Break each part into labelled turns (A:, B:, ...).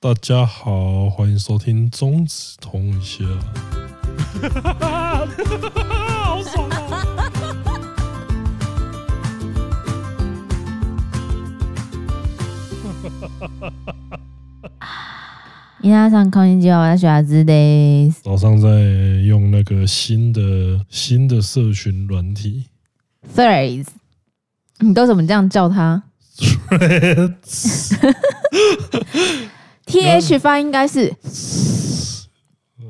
A: 大家好，欢迎收听中子通一下。好爽啊！
B: 皆さんこんにちは、私はズです。
A: 早上在用那个新的新的社群软体
B: Threads，你都怎么这样叫它
A: Threads，
B: ？T H 发应该是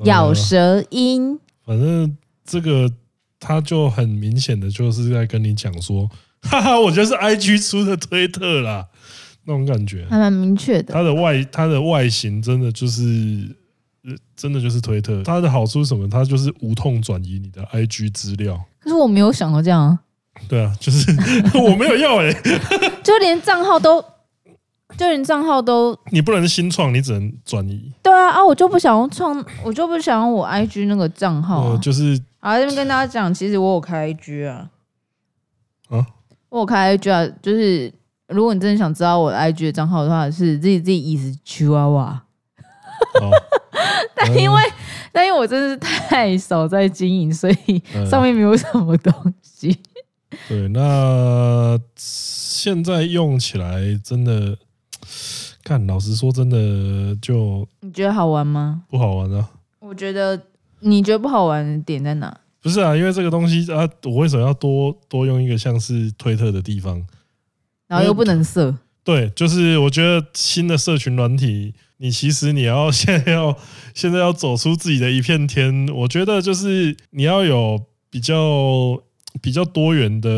B: 咬
A: 呃
B: 舌音，
A: 反正这个他就很明显的就是在跟你讲说， 哈哈，我就是 IG 出的推特啦，那种感觉。
B: 还蛮明确的。
A: 它的外它的外形真的就是，呃真的就是推特。它的好处是什么？它就是无痛转移你的 IG 资料。
B: 可是我没有想到这样啊，
A: 对啊，就是 我没有要哎、
B: 就连账号都，就连账号都，
A: 你不能新创，你只能转移。
B: 对啊啊！我就不想要创，我就不想要我 I G 那个账号
A: 呃
B: 啊。
A: 就是
B: 啊，这边跟大家讲，其实我有开 I G 啊，
A: 啊，
B: 我有开 I G 啊，就是如果你真的想知道我的 I G 的账号的话，是 Z Z is 吉娃
A: 嗯
B: 娃。
A: 好
B: 但因为，但因为我真的是太少在经营，所以
A: 嗯
B: 上面没有什么东西。
A: 对，那现在用起来真的，看老实说，真的就
B: 你觉得好玩吗？
A: 不好玩啊。
B: 我觉得你觉得不好玩的点在哪？
A: 不是啊，因为这个东西啊，我为什么要多多用一个像是推特的地方？
B: 然后又不能射，
A: 对，就是我觉得新的社群软体，你其实你要 现在要现在要走出自己的一片天，我觉得就是你要有比较比较多元的，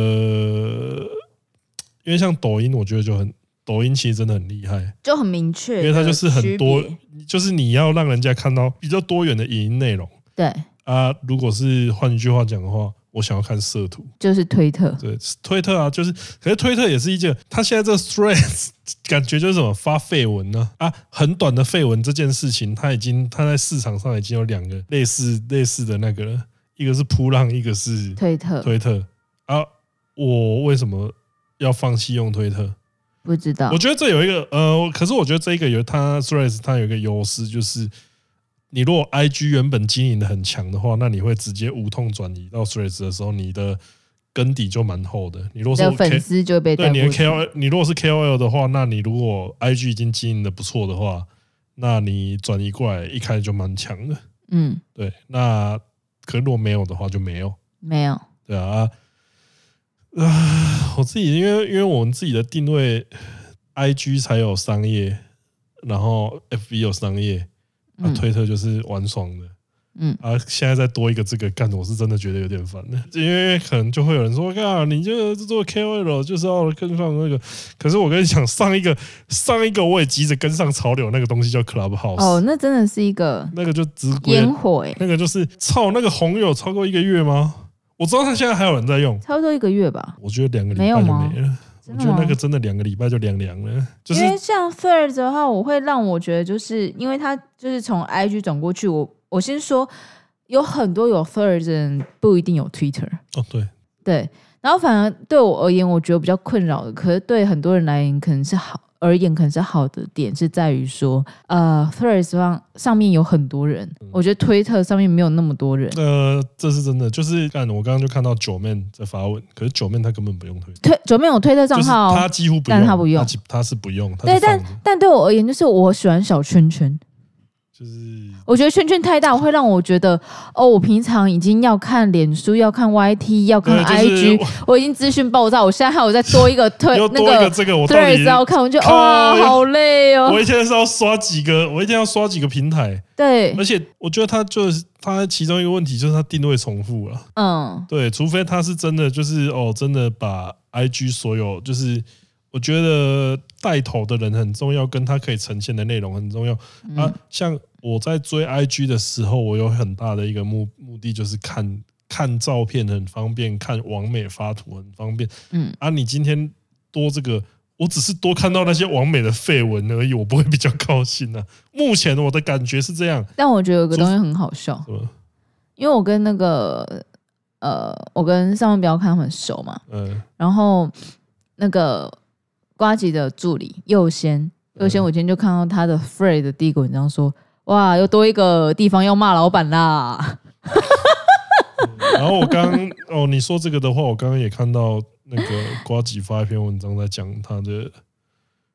A: 因为像抖音，我觉得就很抖音其实真的很厉害，
B: 就很明确
A: 因为
B: 的
A: 它就是很多
B: 区别，
A: 就是你要让人家看到比较多元的影音内容
B: 对，
A: 啊。如果是换一句话讲的话，我想要看社图，
B: 就是推特，
A: 对，推特啊，就是，可是推特也是一件，它现在这个 Threads 感觉就是什么发绯闻呢、啊？很短的绯闻这件事情，它已经它在市场上已经有两个类似类似的那个了，一个是扑浪，一个是
B: 推特
A: 推特啊。我为什么要放弃用推特？
B: 不知道
A: 我，觉得这有一个呃，可是我觉得这一个有它 Threads 它有一个优势，就是你如果 IG 原本经营的很强的话，那你会直接无痛转移到 Threads 的时候，你的根底就蛮厚的。你如果
B: 你
A: 说
B: 的粉
A: K
B: 丝就会被
A: 对
B: 带
A: 你的
B: 过去。
A: KOL，你如果是 KOL 的话，那你如果 IG 已经经营的不错的话，那你转移过来一开始就蛮强的。
B: 嗯，
A: 对，那可如果没有的话就没有。
B: 没有，
A: 对啊，啊，我自己因为因为我们自己的定位，IG 才有商业，然后 FB 有商业，啊，
B: 嗯
A: 推特就是玩爽的。
B: 嗯，
A: 啊，现在再多一个这个干，我是真的觉得有点烦了，因为可能就会有人说，干，你就做 KOL 就是要跟上那个，可是我跟你讲，上一个上一个我也急着跟上潮流，那个东西叫 Clubhouse，、
B: 哦，那真的是一个
A: 那个就直归
B: 烟火哎、
A: 那个就是操，那个红有超过一个月吗？我知道他现在还有人在用，
B: 差不多一个月吧，
A: 我觉得两个礼拜
B: 没有
A: 就
B: 吗
A: 没了。我
B: 真的
A: 觉得
B: 吗
A: 那个真的两个礼拜就凉凉了，就是
B: 因为像 Thirds 的话，我会让我觉得，就是因为他就是从 IG 转过去，我我先说有很多有 Thirds 的人不一定有 Twitter，
A: 哦，对，
B: 对，然后反而对我而言，我觉得比较困扰的，可是对很多人来言可能是好。而言可能是好的点是在于说，呃，Threads 上上面有很多人，
A: 嗯
B: 我觉得推特上面没有那么多人。
A: 呃，这是真的，就是干，我刚刚就看到九妹在发文，可是九妹她根本不用推特，
B: 推九妹有推特
A: 就
B: 账
A: 是
B: 号哦，
A: 她几乎不用，
B: 但她不用
A: 她几她是不用，她是
B: 对
A: 放着，
B: 但对我而言，就是我喜欢小圈圈，
A: 就是
B: 我觉得圈圈太大，会让我觉得哦，我平常已经要看脸书，要看 YT，要看
A: 对，
B: IG，、
A: 就是
B: 我已经资讯爆炸，我现在还有再多一个 推
A: 又
B: 那
A: 多一个
B: 个
A: 这个，我到
B: Threads
A: 底
B: 要看，我就
A: 靠
B: 哇、好累哦
A: 我。一天是要刷几个，我一天要刷几个平台，
B: 对
A: 而，且我觉得她就是她其中一个问题就是她定位重复了。
B: 嗯，
A: 对，除非他是真的就是哦，真的把 IG 所有就是，我觉得带头的人很重要，跟他可以呈现的内容很重要、啊。像我在追 IG 的时候，我有很大的一个目目的就是看看照片很方便，看完美发图很方便。
B: 嗯
A: 啊，你今天多这个。我只是多看到那些完美的绯闻而已，我不会比较高兴啊。目前我的感觉是这样，
B: 但我觉得有个东西很好笑，
A: 什么？
B: 因为我跟那个呃，我跟上面标看他们很熟嘛，
A: 嗯、
B: 然后那个瓜吉的助理右先，
A: 嗯
B: 优先我今天就看到他的 Free 的第一个文章说，哇，又多一个地方要骂老板啦。
A: 然后我刚哦，你说这个的话，我刚刚也看到那个瓜吉发一篇文章在讲他的，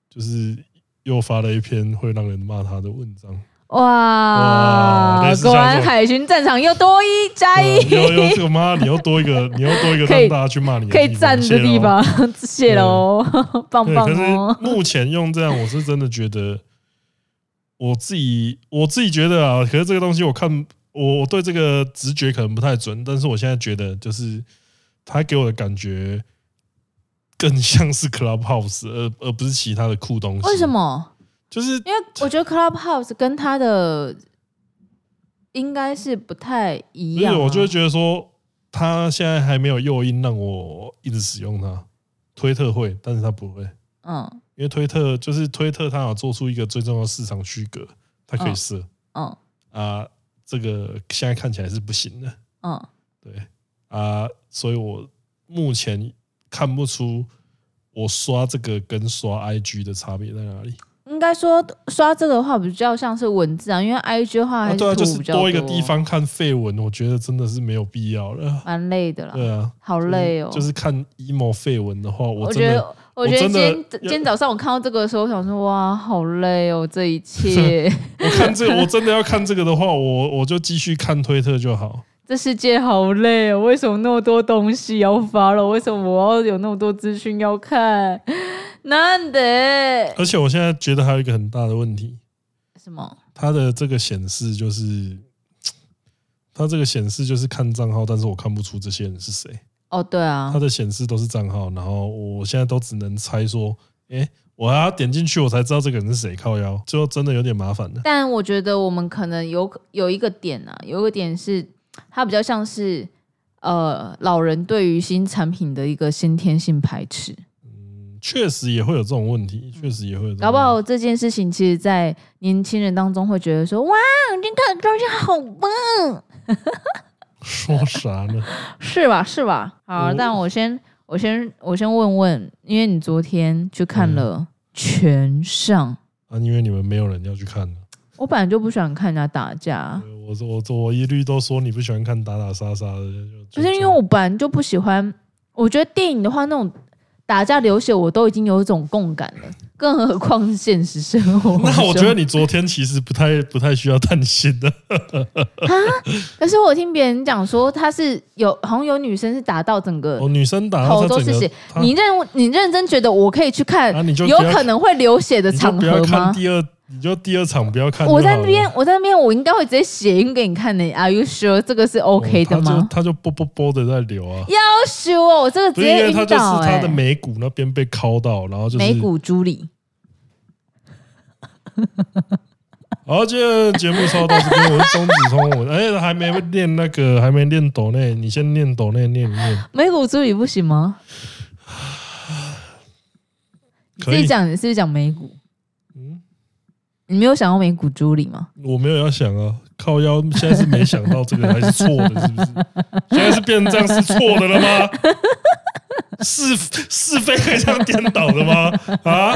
A: 就是又发了一篇会让人骂他的文章，哇
B: 哇
A: 类似，像这种
B: 果然海巡战场又多一加一
A: 对，啊又又这个妈，你又多一个，你又多一个
B: 哎可以
A: 让大家去骂你
B: 可以站的地
A: 方。
B: 方，谢喽，棒
A: 对，
B: 棒
A: 可
B: 哦。
A: 是目前用这样，我是真的觉得，我自己我自己觉得啊，可是这个东西我看我我对这个直觉可能不太准，但是我现在觉得就是它给我的感觉更像是 Clubhouse，而而不是其他的酷东西。
B: 为什？么？
A: 就是
B: 因为我觉得 Clubhouse 跟它的应该是不太一
A: 因
B: 样
A: 为
B: 啊、
A: 我就会觉得说，它现在还没有诱因让我一直使用它。推特会，但是它不会，
B: 嗯
A: 因为推特就是推特，它有做出一个最重要的市场区隔，它可以
B: 嗯
A: 设。
B: 嗯
A: 啊，这个现在看起来是不行的，
B: 嗯，
A: 对啊，所以我目前看不出我刷这个跟刷 IG 的差别在哪里。
B: 应该说刷这个的话比较像是文字啊，因为 IG 的话还
A: 啊，
B: 是
A: 对啊，就
B: 图
A: 是
B: 比较
A: 多一个地，方看绯闻，我觉得真的是没有必要了。
B: 蛮累的啦，
A: 对啊，
B: 好累哦。
A: 就是看 emo 绯闻的话，我
B: 觉
A: 真
B: 得
A: 的，
B: 我觉得
A: 真
B: 今
A: 的
B: 天
A: 要
B: 今天早上我看到这个的时候，我想说哇，好累哦，这 一切，
A: 我看这 我真的要看这个的话，我我就继续看推特就好。
B: 这世界好累哦，为什么那么多东西要发了？为什么我要有那么多资讯要看？难得
A: 而且我现在觉得还有一个很大的问题，
B: 什么？
A: 它的这个显示就是，它这个显示就是看账号，但是我看不出这些人是谁。
B: 哦，对啊
A: 它，的显示都是账号，然后我现在都只能猜说，诶，我还要点进去我才知道这个人是谁，靠腰，最后真的有点麻烦了。
B: 但我觉得我们可能有有一个点啊，有一个点是它比较像是呃老人对于新产品的一个先天性排斥，
A: 嗯确实也会有这种问题，确实也会有这种问题。
B: 嗯搞不好这件事情其实，在年轻人当中会觉得说哇，这个东西好棒，
A: 说啥呢？
B: 是吧？是吧？好
A: 我，
B: 但我先我先我先问问，因为你昨天去看
A: 嗯
B: 了全上，
A: 啊，因为你们没有人要去看了。
B: 我本来就不喜欢看人家打架。啊
A: 对我我我一律都说你不喜欢看打打杀杀的，就。
B: 不是因为我本来就不喜欢，我觉得电影的话，那种打架流血，我都已经有一种共感了，更何况是现实生活
A: 那我觉得
B: 你，
A: 你昨天其实不太不太需要担心的。
B: 可是我听别人讲说，他是有好像有女生是打到整个
A: 哦，女生打到
B: 头
A: 她
B: 都
A: 整
B: 是
A: 个
B: 血，，
A: 她
B: 你认你认真觉得我可以去看
A: 啊你就不
B: 有
A: 要
B: 可能会流血的
A: 你就
B: 场
A: 不要
B: 合
A: 看
B: 吗？
A: 第二，你就第二场不要看就好
B: 我
A: 了。哦
B: 在那边，我在那边，我应该会直接血印给你看的、Are you sure 这个是 OK 的
A: 哦
B: 吗？
A: 他就他就啵啵啵的在流啊，
B: 不 sure，哦我这个
A: 不
B: 直
A: 是因
B: 接
A: 为他
B: 引
A: 就是
B: 导哎、
A: 他的眉骨那边被敲到，然后就是
B: 美股朱莉。
A: 好，今天的节目稍到这边，我是钟子聪，我哎还没练那个，还没练抖内，你先练抖内练一练，
B: 美股助理不行吗？你
A: 可
B: 自己
A: 以，
B: 讲，你是不是讲美股？
A: 嗯，
B: 你没有想要美股助理吗？
A: 我没有要想啊，靠腰，现在是没想到这个还是错的， 是不是？现在是变成这样是错的了吗？是是非可以这样颠倒的吗？啊，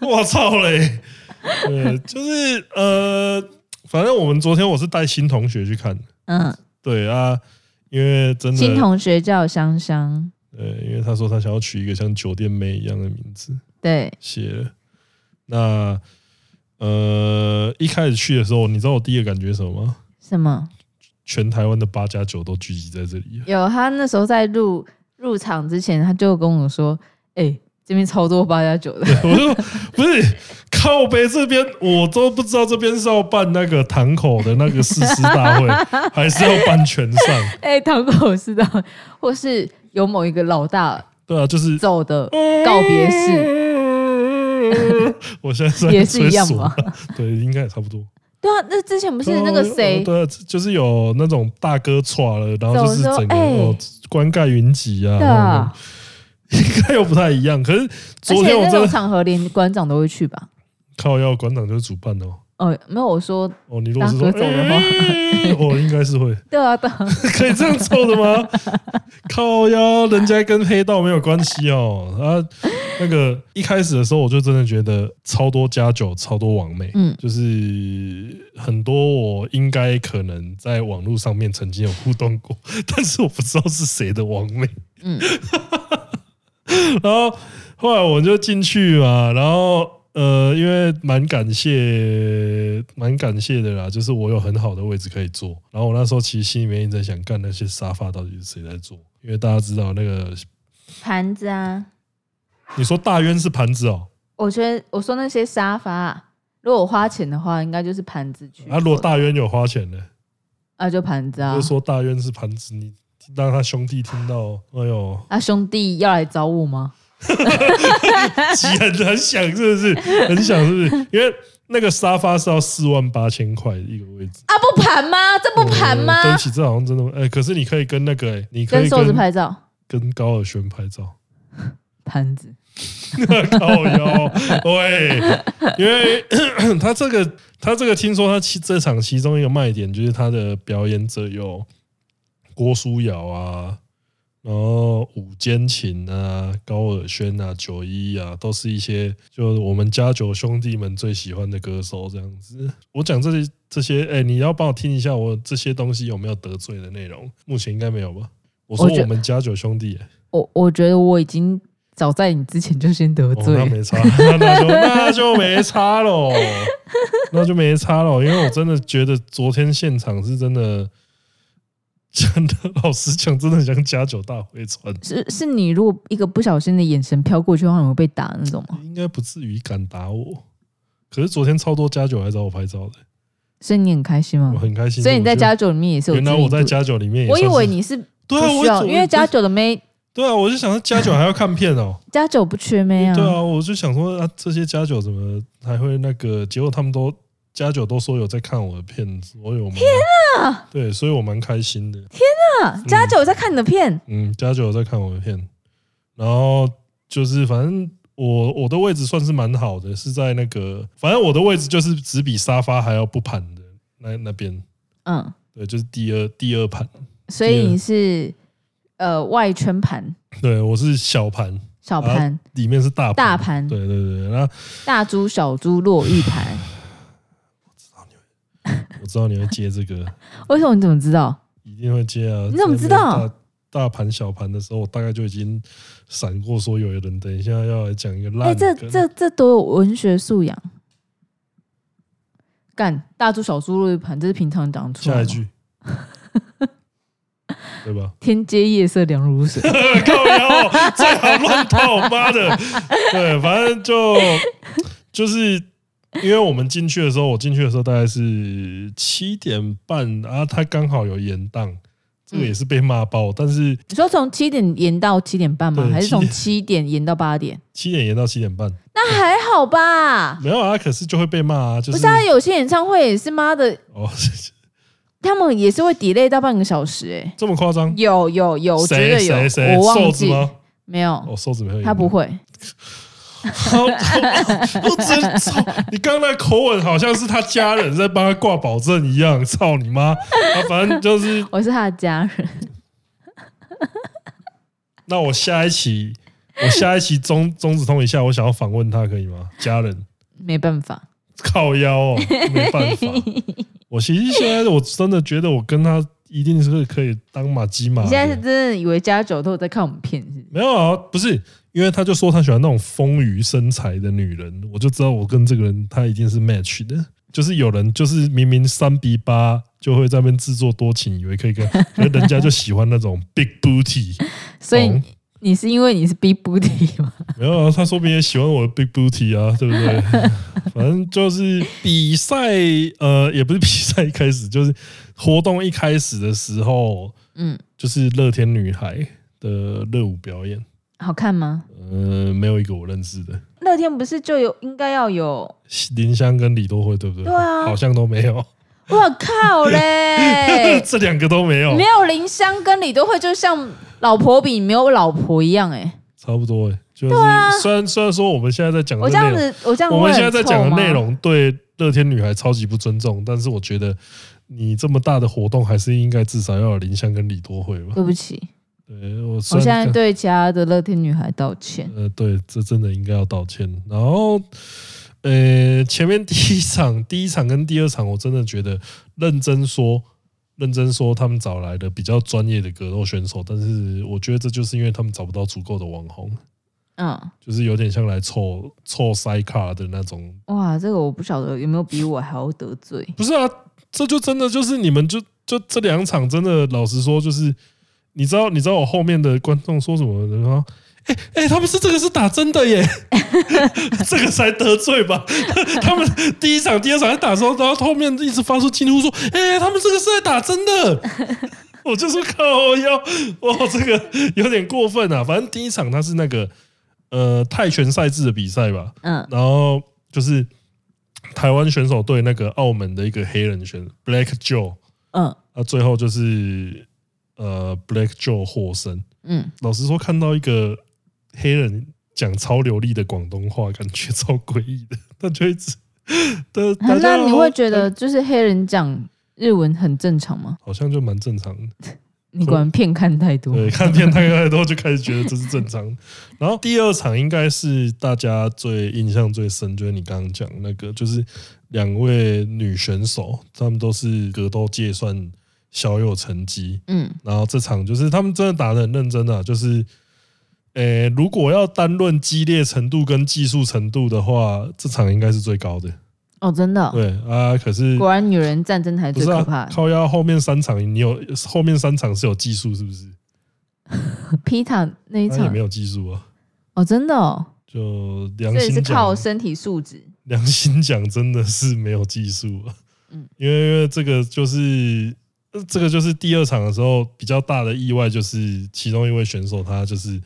A: 我操嘞！呃，就是呃，反正我们昨天我是带新同学去看的，
B: 嗯，
A: 对啊，因为真的
B: 新同学叫香香，
A: 呃，因为他说他想要取一个像酒店妹一样的名字，
B: 对，
A: 写了。那呃，一开始去的时候，你知道我第一个感觉是什么吗？
B: 什么？
A: 全台湾的八加九都聚集在这里了，
B: 有他那时候在入入场之前，他就跟我说：“哎、这边超多八加九的。
A: 我就不是靠北这边，我都不知道这边是要办那个堂口的那个誓师大 会，还是要办全上？
B: 哎、堂口是的，或是有某一个老大
A: 对啊，就是
B: 走的
A: 哎
B: 告别式。
A: 我现在在
B: 也是一样
A: 追索
B: 吗？
A: 对，应该也差不多。
B: 对啊，那之前不是那个谁
A: 哦对啊，就是有那种大哥错了，然后就是整个、
B: 走说哎
A: 哦冠盖云集啊，
B: 对啊，
A: 应该又不太一样。可是
B: 而
A: 昨
B: 且
A: 天我
B: 那
A: 真
B: 种
A: 的
B: 场合连馆长都会去吧？
A: 靠要馆长就是主办哦。
B: 哦，没有，我说
A: 哦，你如果是说
B: 大哥走的话
A: 哎 哦，应该是会，
B: 对啊，对啊，
A: 可以这样 凑的吗？靠腰，人家跟黑道没有关系哦。啊，那个一开始的时候，我就真的觉得超多加九，超多网妹，
B: 嗯
A: 就是很多我应该可能在网络上面曾经有互动过， 但是我不知道是谁的网妹，
B: 嗯，
A: 然后后来我就进去嘛，然后呃，因为蛮感谢，蛮感谢的啦，就是我有很好的位置可以坐。然后我那时候其实心里面一直在想，干那些沙发到底是谁在坐？因为大家知道那个，
B: 盘子啊，
A: 你说大渊是盘子哦，
B: 我觉得我说那些沙发啊，如果我花钱的话，应该就是盘子去。
A: 啊，如果大渊有花钱呢，
B: 啊，就盘子啊
A: 就，说大渊是盘子，你让他兄弟听到，哎呦，
B: 啊，兄弟要来找我吗？
A: 急很很想是不是？很想是不是？因为那个沙发是要四万八千块一个位置。
B: 啊，不盘吗？这不盘吗
A: 呃？对不起，这好像真的，哎、可是你可以跟那个、哎，你可
B: 跟
A: 以
B: 瘦子
A: 跟
B: 拍照，
A: 跟高尔宣拍照，
B: 盘子。
A: 靠腰，喂，因为他这个他这个听说他其这场其中一个卖点就是他的表演者有郭书瑶啊，然后五间琴啊、高尔宣啊、九一啊，都是一些就我们家九兄弟们最喜欢的歌手这样子。我讲这些这些，哎、你要帮我听一下我这些东西有没有得罪的内容？目前应该没有吧？我说
B: 我觉
A: 我们家九兄弟、哎
B: 我我觉得我已经早在你之前就先得
A: 哦，
B: 罪
A: 那
B: 了。
A: 没差， 那那就那就没差 喽，那就没差喽。因为我真的觉得昨天现场是真的， 真的老实讲，真的很像加九大回传，
B: 是是你如果一个不小心的眼神飘过去的话，你会被打那种吗？
A: 应该不至于敢打我。可是昨天超多加九来找我拍照的，
B: 所以你很开心吗
A: 我？很开心。
B: 嗯所以你在
A: 我觉得
B: 家九里面也是有
A: 原来
B: 知名
A: 我在
B: 度，
A: 加九里面也
B: 我
A: 算
B: 以
A: 是，
B: 为你是不
A: 对啊，我
B: 需要，
A: 一直
B: 因为加九的妹
A: 对啊，我就想说加九还要看片哦，
B: 加九不缺妹啊。
A: 对啊，我就想说啊，这些加九怎么还会那个？结果他们都加九都说有在看我的片，所以我天啊！对，所以我蛮开心的。
B: 啊加九在看你的片，
A: 嗯，加九有在看我的片，然后就是反正我我的位置算是蛮好的，是在那个反正我的位置就是只比沙发还要不盘的那那边，
B: 嗯，
A: 对，就是第二第二盘，
B: 所以你是呃外圈盘、
A: 对我是小盘，
B: 小盘、
A: 里面是大
B: 大盘、
A: 啊对对对，那
B: 大猪、小猪、落玉盘。
A: 我知道你会接这个。
B: 为什么你怎么知道？
A: 一定会接啊！
B: 你怎么知道
A: 在那边大大盘小盘的时候，我大概就已经闪过说有人等一下要来讲一个
B: 哎、
A: 烂
B: 这
A: 梗。啊
B: 这这多有文学素养！干大猪小猪落一盘，这是平常讲出来
A: 下
B: 吗
A: 一。句， 对吧？
B: 天街夜色凉如水，
A: 靠腰，最好乱套，妈的！ 对，反正就就是因为我们进去的时候，我进去的时候大概是七点半啊，他刚好有延档，这个也是被骂
B: 嗯
A: 爆，但是
B: 你说从七点延到七点半吗？
A: 对
B: 还是
A: 7
B: 从
A: 点
B: 七点延到八点？
A: 七点延到七点半，
B: 那还好吧。
A: 没有啊，可是就会被骂啊，就
B: 不是啊，有些演唱会也是妈的，
A: 哦，
B: 他们也是会 delay 到半个小时、哎，
A: 这么夸张？
B: 有有有，我觉
A: 谁
B: 得
A: 谁谁
B: 有，我忘
A: 瘦子
B: 记
A: 吗？
B: 没有，
A: 哦，瘦子没有，
B: 他 不。会。
A: 好，我真操！你刚刚那口吻好像是他家人在帮他挂保证一样，操你妈！啊，反正就是，
B: 我是他的家人，
A: 那我下一期，我下一期中中子通一下，我想要访问他，可以吗？家人
B: 没办法。
A: 靠腰哦，没办 法。我其实现在我真的觉得我跟他一定是可以当马鸡马
B: 你
A: 的。
B: 现在是真的以为家九都有在看我们片是不是
A: 没有啊，不是，因为他就说他喜欢那种丰腴身材的女人，我就知道我跟这个人他一定是 match 的。就是有人就是明明三比八就会在那边自作多情，以为可以跟，可是人家就喜欢那种 big booty。
B: 所以
A: 懂
B: 你你是因为你是 B Booty 吗？
A: 没有啊，他说不定也喜欢我的 big booty 啊，对不对？ 反正就是比赛，呃，也不是比赛一开始，就是活动一开始的时候，
B: 嗯，
A: 就是乐天女孩的热舞表演，
B: 好看吗？
A: 呃，没有一个我认识的。
B: 乐天不是就有应该要有？
A: 林香跟李多惠对不对？
B: 对啊
A: 好像都没有，
B: 我靠嘞！
A: 这两个都没有
B: 哎没，有林香跟李多惠，就像老婆比没有老婆一样哎、
A: 差不多、欸。就是、虽然虽然说我们现在在讲的
B: 啊我这样
A: 内
B: 子，我这样
A: 容，我
B: 会
A: 们现在在
B: 很臭
A: 讲的
B: 吗
A: 内，容对乐天女孩超级不尊重，但是我觉得你这么大的活动，还是应该至少要有林香跟李多惠吧。
B: 对不起，
A: 对我
B: 我
A: 虽
B: 现
A: 然
B: 在对其他的乐天女孩道歉。
A: 呃，对，这真的应该要道歉。然后，呃，前面第一场、第一场跟第二场，我真的觉得认真说，认真说，他们找来的比较专业的格斗选手，但是我觉得这就是因为他们找不到足够的网红，
B: 嗯，
A: 就是有点像来凑凑塞卡的那种。
B: 哇，这个我不晓得有没有比我还要得罪。
A: 不是啊，这就真的就是你们就就这两场，真的老实说，就是你知道，你知道我后面的观众说什么的吗？哎、哎、他们是这个是打真的耶，这个才得罪吧？ 他们第一场、第二场在打的时候，然后后面一直发出惊呼说：“哎、他们这个是在打真的。”我就说靠腰，哇，这个有点过分啊！反正第一场他是那个呃泰拳赛制的比赛吧，
B: 嗯
A: 然后就是台湾选手对那个澳门的一个黑人选手 Black Joe，
B: 嗯
A: 啊，最后就是呃 Black Joe 获胜。
B: 嗯，
A: 老实说，看到一个黑人讲超流利的广东话，感觉超诡异的。他就一直，但大家
B: 啊那你会
A: 好
B: 觉得就是黑人讲日文很正常吗？
A: 好像就蛮正常的。
B: 你果然片看太 多。
A: 对，看片太太多就开始觉得这是正常的。然后第二场应该是大家最印象最深，就是你刚刚讲那个，就是两位女选手，她们都是格斗界算小有成绩。
B: 嗯
A: 然后这场就是她们真的打得很认真啊，就是，呃，如果要单论激烈程度跟技术程度的话，这场应该是最高的。
B: 哦，真的哦、
A: 对啊，可是
B: 果然女人战争才
A: 不
B: 最
A: 是
B: 可
A: 啊
B: 怕，。
A: 靠腰后面三场你有后面三场是有技术是不是？
B: 皮塔那一
A: 那也
B: 场
A: 没有技术啊。
B: 哦，真的哦，
A: 就良
B: 所以是
A: 心
B: 靠
A: 讲，
B: 身体素质。
A: 良心讲，真的是没有技术啊。
B: 嗯
A: 因为，因为这个就是呃这个就是第二场的时候比较大的意外，就是其中一位选手他就是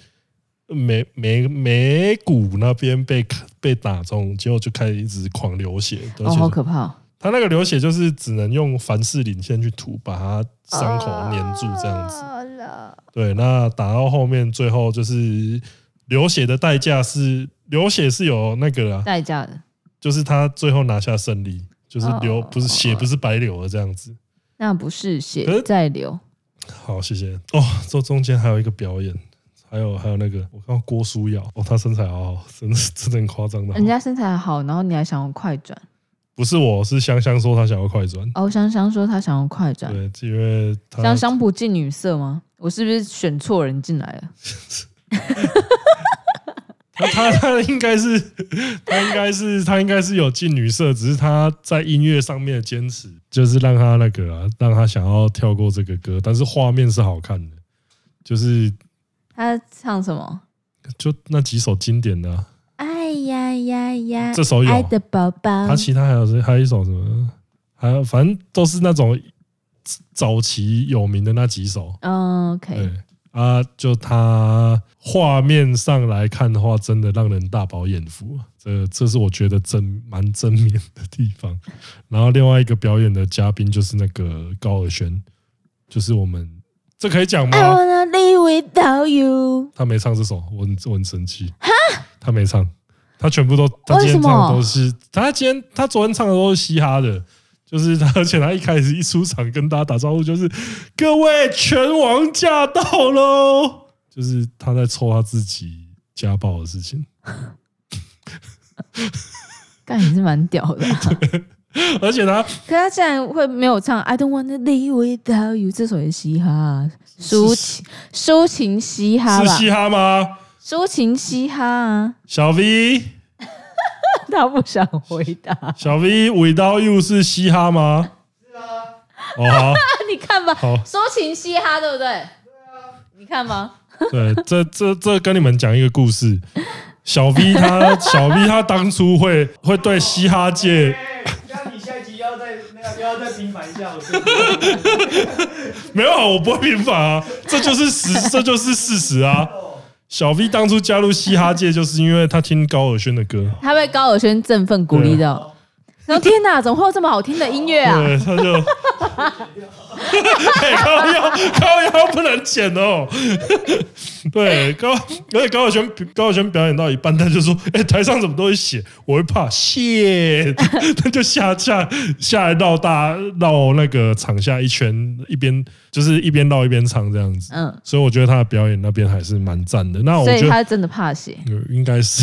A: 眉眉眉骨那边被被打中，结果就开始一直狂流血，而
B: 哦，好
A: 且
B: 可怕、哦！
A: 他那个流血就是只能用凡士林先去涂，把他伤口
B: 啊
A: 粘住这样子。
B: 子。
A: 对，那打到后面最后就是流血的代价是流血是有那个啦，
B: 代价的。
A: 就是他最后拿下胜利，就是流
B: 哦
A: 不是血不是白流的这样子。
B: 那不是
A: 可
B: 血
A: 是哦
B: 在流，
A: 好，谢谢。哦，这中间还有一个表演，还有还有那个，我看到郭书瑶，哦，她身材好好，真的是真的很夸张的好。
B: 人家身材好，然后你还想要快转。
A: 不是我是香香说她想要快转，
B: 哦，香香说她想要快转，
A: 对，因为她
B: 香香不近女色吗？我是不是选错人进来了？
A: 他他他应该是，他应该是，他应该是有进女色，只是他在音乐上面的坚持，就是让他那个啊，让他想要跳过这个歌，但是画面是好看的，就是
B: 她唱什么？
A: 就那几首经典的啊、
B: 哎呀呀呀，
A: 这首有
B: 爱的宝宝
A: 他，其他还有谁？还有一首什么，还有反正都是那种早期有名的那几首，
B: 嗯，OK，
A: 对啊，就他画面上来看的话，真的让人大饱眼福啊。这这是我觉得正蛮正面的地方。然后另外一个表演的嘉宾就是那个高尔宣，就是我们这可以讲吗？
B: I wanna live without you。
A: 他没唱这首，我很我很生气。他没唱，他全部都他今
B: 为什
A: 天
B: 么
A: 唱的都是他今天他昨天唱的都是嘻哈的，就是他，而且他一开始一出场跟大家打招呼就是各位拳王驾到喽，就是他在抽他自己家暴的事情，
B: 干也是蛮屌的啊、
A: 而且他
B: 可他竟然会没有唱《I Don't Wanna Live Without You》这首也嘻哈、啊，抒情抒情嘻哈
A: 是
B: 吧，
A: 嘻哈吗？
B: 抒情嘻哈啊，
A: 小 V
B: 他不想回答。啊
A: 小 V without you 是嘻哈吗？是啊，哦好。
B: 你看吧，
A: 好
B: 抒情嘻哈对不对？你看吧，
A: 对，这这这跟你们讲一个故事。小 V 他小 V 他当初会会对嘻哈界
C: 哎那你下一集要再那个不要再平反一下，我是
A: 没有啊，我不会平反啊，这就是实，这就是事实啊。小 V 当初加入嘻哈界，就是因为他听高尔宣的歌，
B: 他被高尔宣振奋鼓励到，然后天哪，怎么会有这么好听的音乐啊？
A: 对，他就嘿高腰高腰不能剪哦。 对高，而且高晓轩高晓轩表演到一半，他就说：“哎、台上怎么都会写？”我会怕谢， 他就下下下来绕大绕那个场下一圈，一边就是一边绕一边唱这样子。
B: 嗯，
A: 所以我觉得他的表演那边还是蛮赞的。那我
B: 所
A: 觉
B: 以
A: 得
B: 他真的怕血。
A: 呃应该是，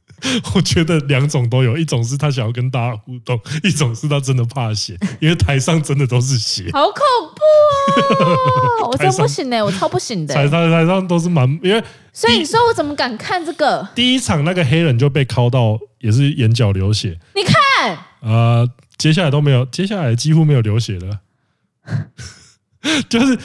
A: 我觉得两种都有，一种是他想要跟大家互动，一种是他真的怕血，因为台上真的都是血，
B: 好恐怖 哦！我真不行呢、我超不行的欸、
A: 台上台上都是蛮，因为
B: 所以你说我怎么敢看这个？
A: 第一场那个黑人就被敲到，也是眼角流血，
B: 你看，
A: 啊，接下来都没有，接下来几乎没有流血了， 就是。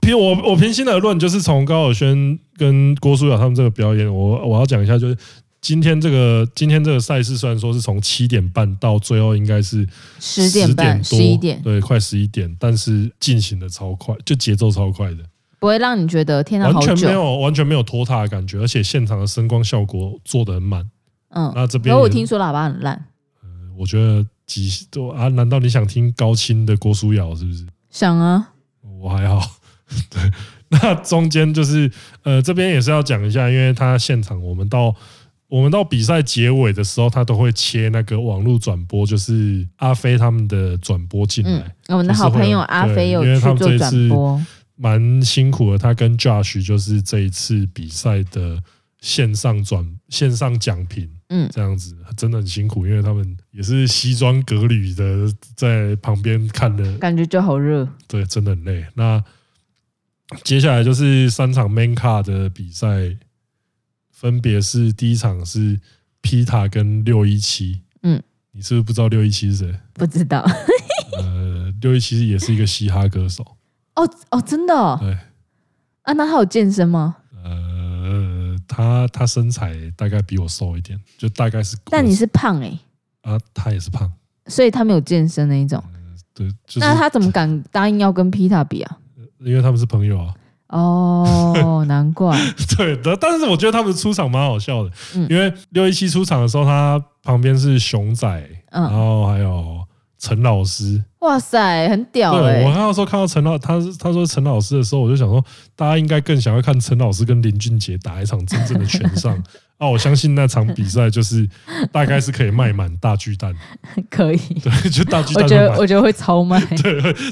A: 凭我我平心而论，就是从高晓轩跟郭书瑶他们这个表演，我我要讲一下，就是今天这个今天这个赛事，虽然说是从七点半到最后应该是
B: 十点半、
A: 多
B: 十一点，
A: 对，快十一点，但是进行的超快，就节奏超快的，
B: 不会让你觉得天哪，
A: 完
B: 好
A: 全没
B: 久。
A: 有完全没有拖沓的感觉，而且现场的声光效果做的很满。
B: 嗯，
A: 那这边
B: 然后我
A: 也
B: 听说喇叭很烂，
A: 我觉得几都啊，难道你想听高清的郭书瑶是不是？
B: 想啊，
A: 我还好。 对，那中间就是呃，这边也是要讲一下，因为他现场我们到我们到比赛结尾的时候，他都会切那个网络转播，就是阿飞他们的转播进来。
B: 嗯，我们的好朋友阿飞有
A: 就是会有对
B: 去做
A: 因为他们这
B: 转
A: 一次
B: 播，
A: 蛮辛苦的。他跟 Josh 就是这一次比赛的线上转线上讲评，
B: 嗯
A: 这样子真的很辛苦，因为他们也是西装革履的在旁边看了，
B: 感觉就好热。
A: 对，真的很累。那接下来就是三场 Man Car 的比赛，分别是第一场是 Pita 跟六一七，
B: 嗯，
A: 你是不是不知道六一七是谁？
B: 不 知道
A: 呃，六一七也是一个嘻哈歌手，
B: 哦哦，真的哦
A: 对。
B: 啊？那他有健身吗？
A: 呃，他他身材大概比我瘦一点，就大概是。
B: 但你是胖哎、
A: 啊，他也是胖，
B: 所以他没有健身那一种。
A: 对，就是
B: 那他怎么敢答应要跟皮塔比啊？
A: 因为他们是朋友啊。
B: 哦，难怪。
A: 对的，但是我觉得他们出场蛮好笑的，
B: 嗯
A: 因为六一七出场的时候，他旁边是熊仔，
B: 嗯
A: 然后还有陈老师。
B: 哇塞，很屌哎、
A: 对我那时候看到陈老，他他说陈老师的时候，我就想说，大家应该更想要看陈老师跟林俊杰打一场真正的拳 上。啊，我相信那场比赛就是大概是可以卖满大巨蛋，
B: 可以。
A: 对，就大巨
B: 我
A: 蛋
B: 觉
A: 就
B: 得
A: 满
B: 我觉得会 超卖。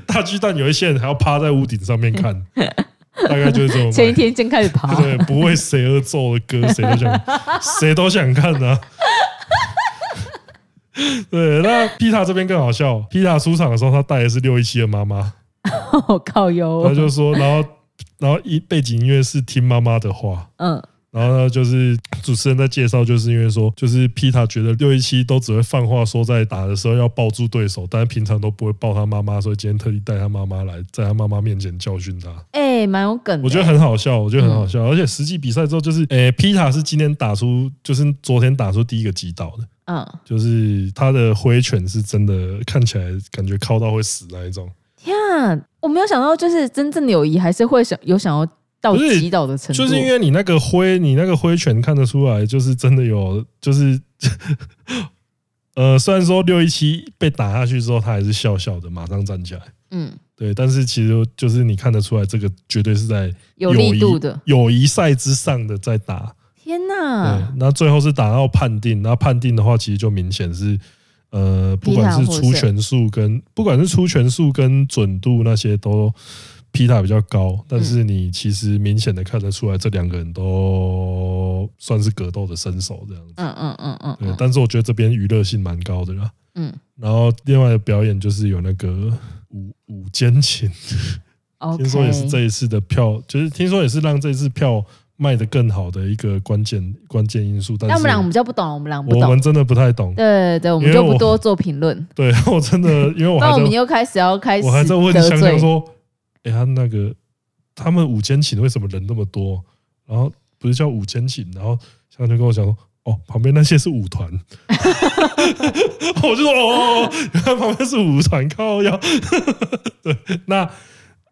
A: 大巨蛋有一些人还要趴在屋顶上面 看，大概就是这种。
B: 前一天哦先开始爬，
A: 对，不为谁而奏的歌，谁都想，谁都想看的、啊。对，那皮塔这边更好笑。皮塔出场的时候，他带的是六一七的妈妈，
B: 我靠哟
A: 他，就说，然后，然后一背景音乐是听妈妈的话，
B: 嗯，
A: 然后呢，就是主持人在介绍，就是因为说，就是皮塔觉得六一七都只会放话说在打的时候要抱住对手，但是平常都不会抱他妈妈，所以今天特地带他妈妈来，在他妈妈面前教训他。
B: 哎，蛮有梗的。
A: 我觉得很好笑，我觉得很好笑，而且实际比赛之后，就是诶，皮塔是今天打出，就是昨天打出第一个击倒的，
B: 嗯，
A: 就是他的挥拳是真的看起来感觉靠到会死那一种，
B: 天啊，我没有想到，就是真正的友谊还是会想有想要到
A: 不是
B: 击倒的程度。
A: 就是因为你那个挥，你那个挥拳看得出来，就是真的有，就是 呃，虽然说六一七被打下去之后，他还是笑笑的，马上站起来，
B: 嗯，
A: 对，但是其实就是你看得出来，这个绝对是在友
B: 有力
A: 谊
B: 度的。
A: 友谊赛之上的在打。
B: 天
A: 对
B: 哪，，
A: 那最后是打到判定，那判定的话，其实就明显是，呃，不管是出拳数跟不管是出拳数跟准度那些都皮塔比较高，但是你其实明显的看得出来，这两个人都算是格斗的身手这样子。
B: 嗯嗯嗯嗯
A: 对，
B: 嗯
A: 但是我觉得这边娱乐性蛮高的啦。
B: 嗯
A: 然后另外的表演就是有那个五五间琴，
B: ，OK，
A: 听说也是这一次的票，就是听说也是让这次票卖得更好的一个关键关键因素。但
B: 但
A: 是
B: 我们俩我们比较不懂，我们俩不
A: 我
B: 懂
A: 们。真的不太懂。
B: 对对，我
A: 因
B: 们
A: 为
B: 就不
A: 我
B: 多做评论。
A: 对 我真的，因为我
B: 那
A: 还
B: 我们
A: 在
B: 又开始要开始
A: 我还在问
B: 得
A: 香
B: 罪
A: 香说，哎、他那个他们五间寝为什么人那么多？然后不是叫五间寝，然后香香就跟我讲说。哦，旁边那些是舞团， 我就说哦，原来旁边是舞团，靠腰。 对，那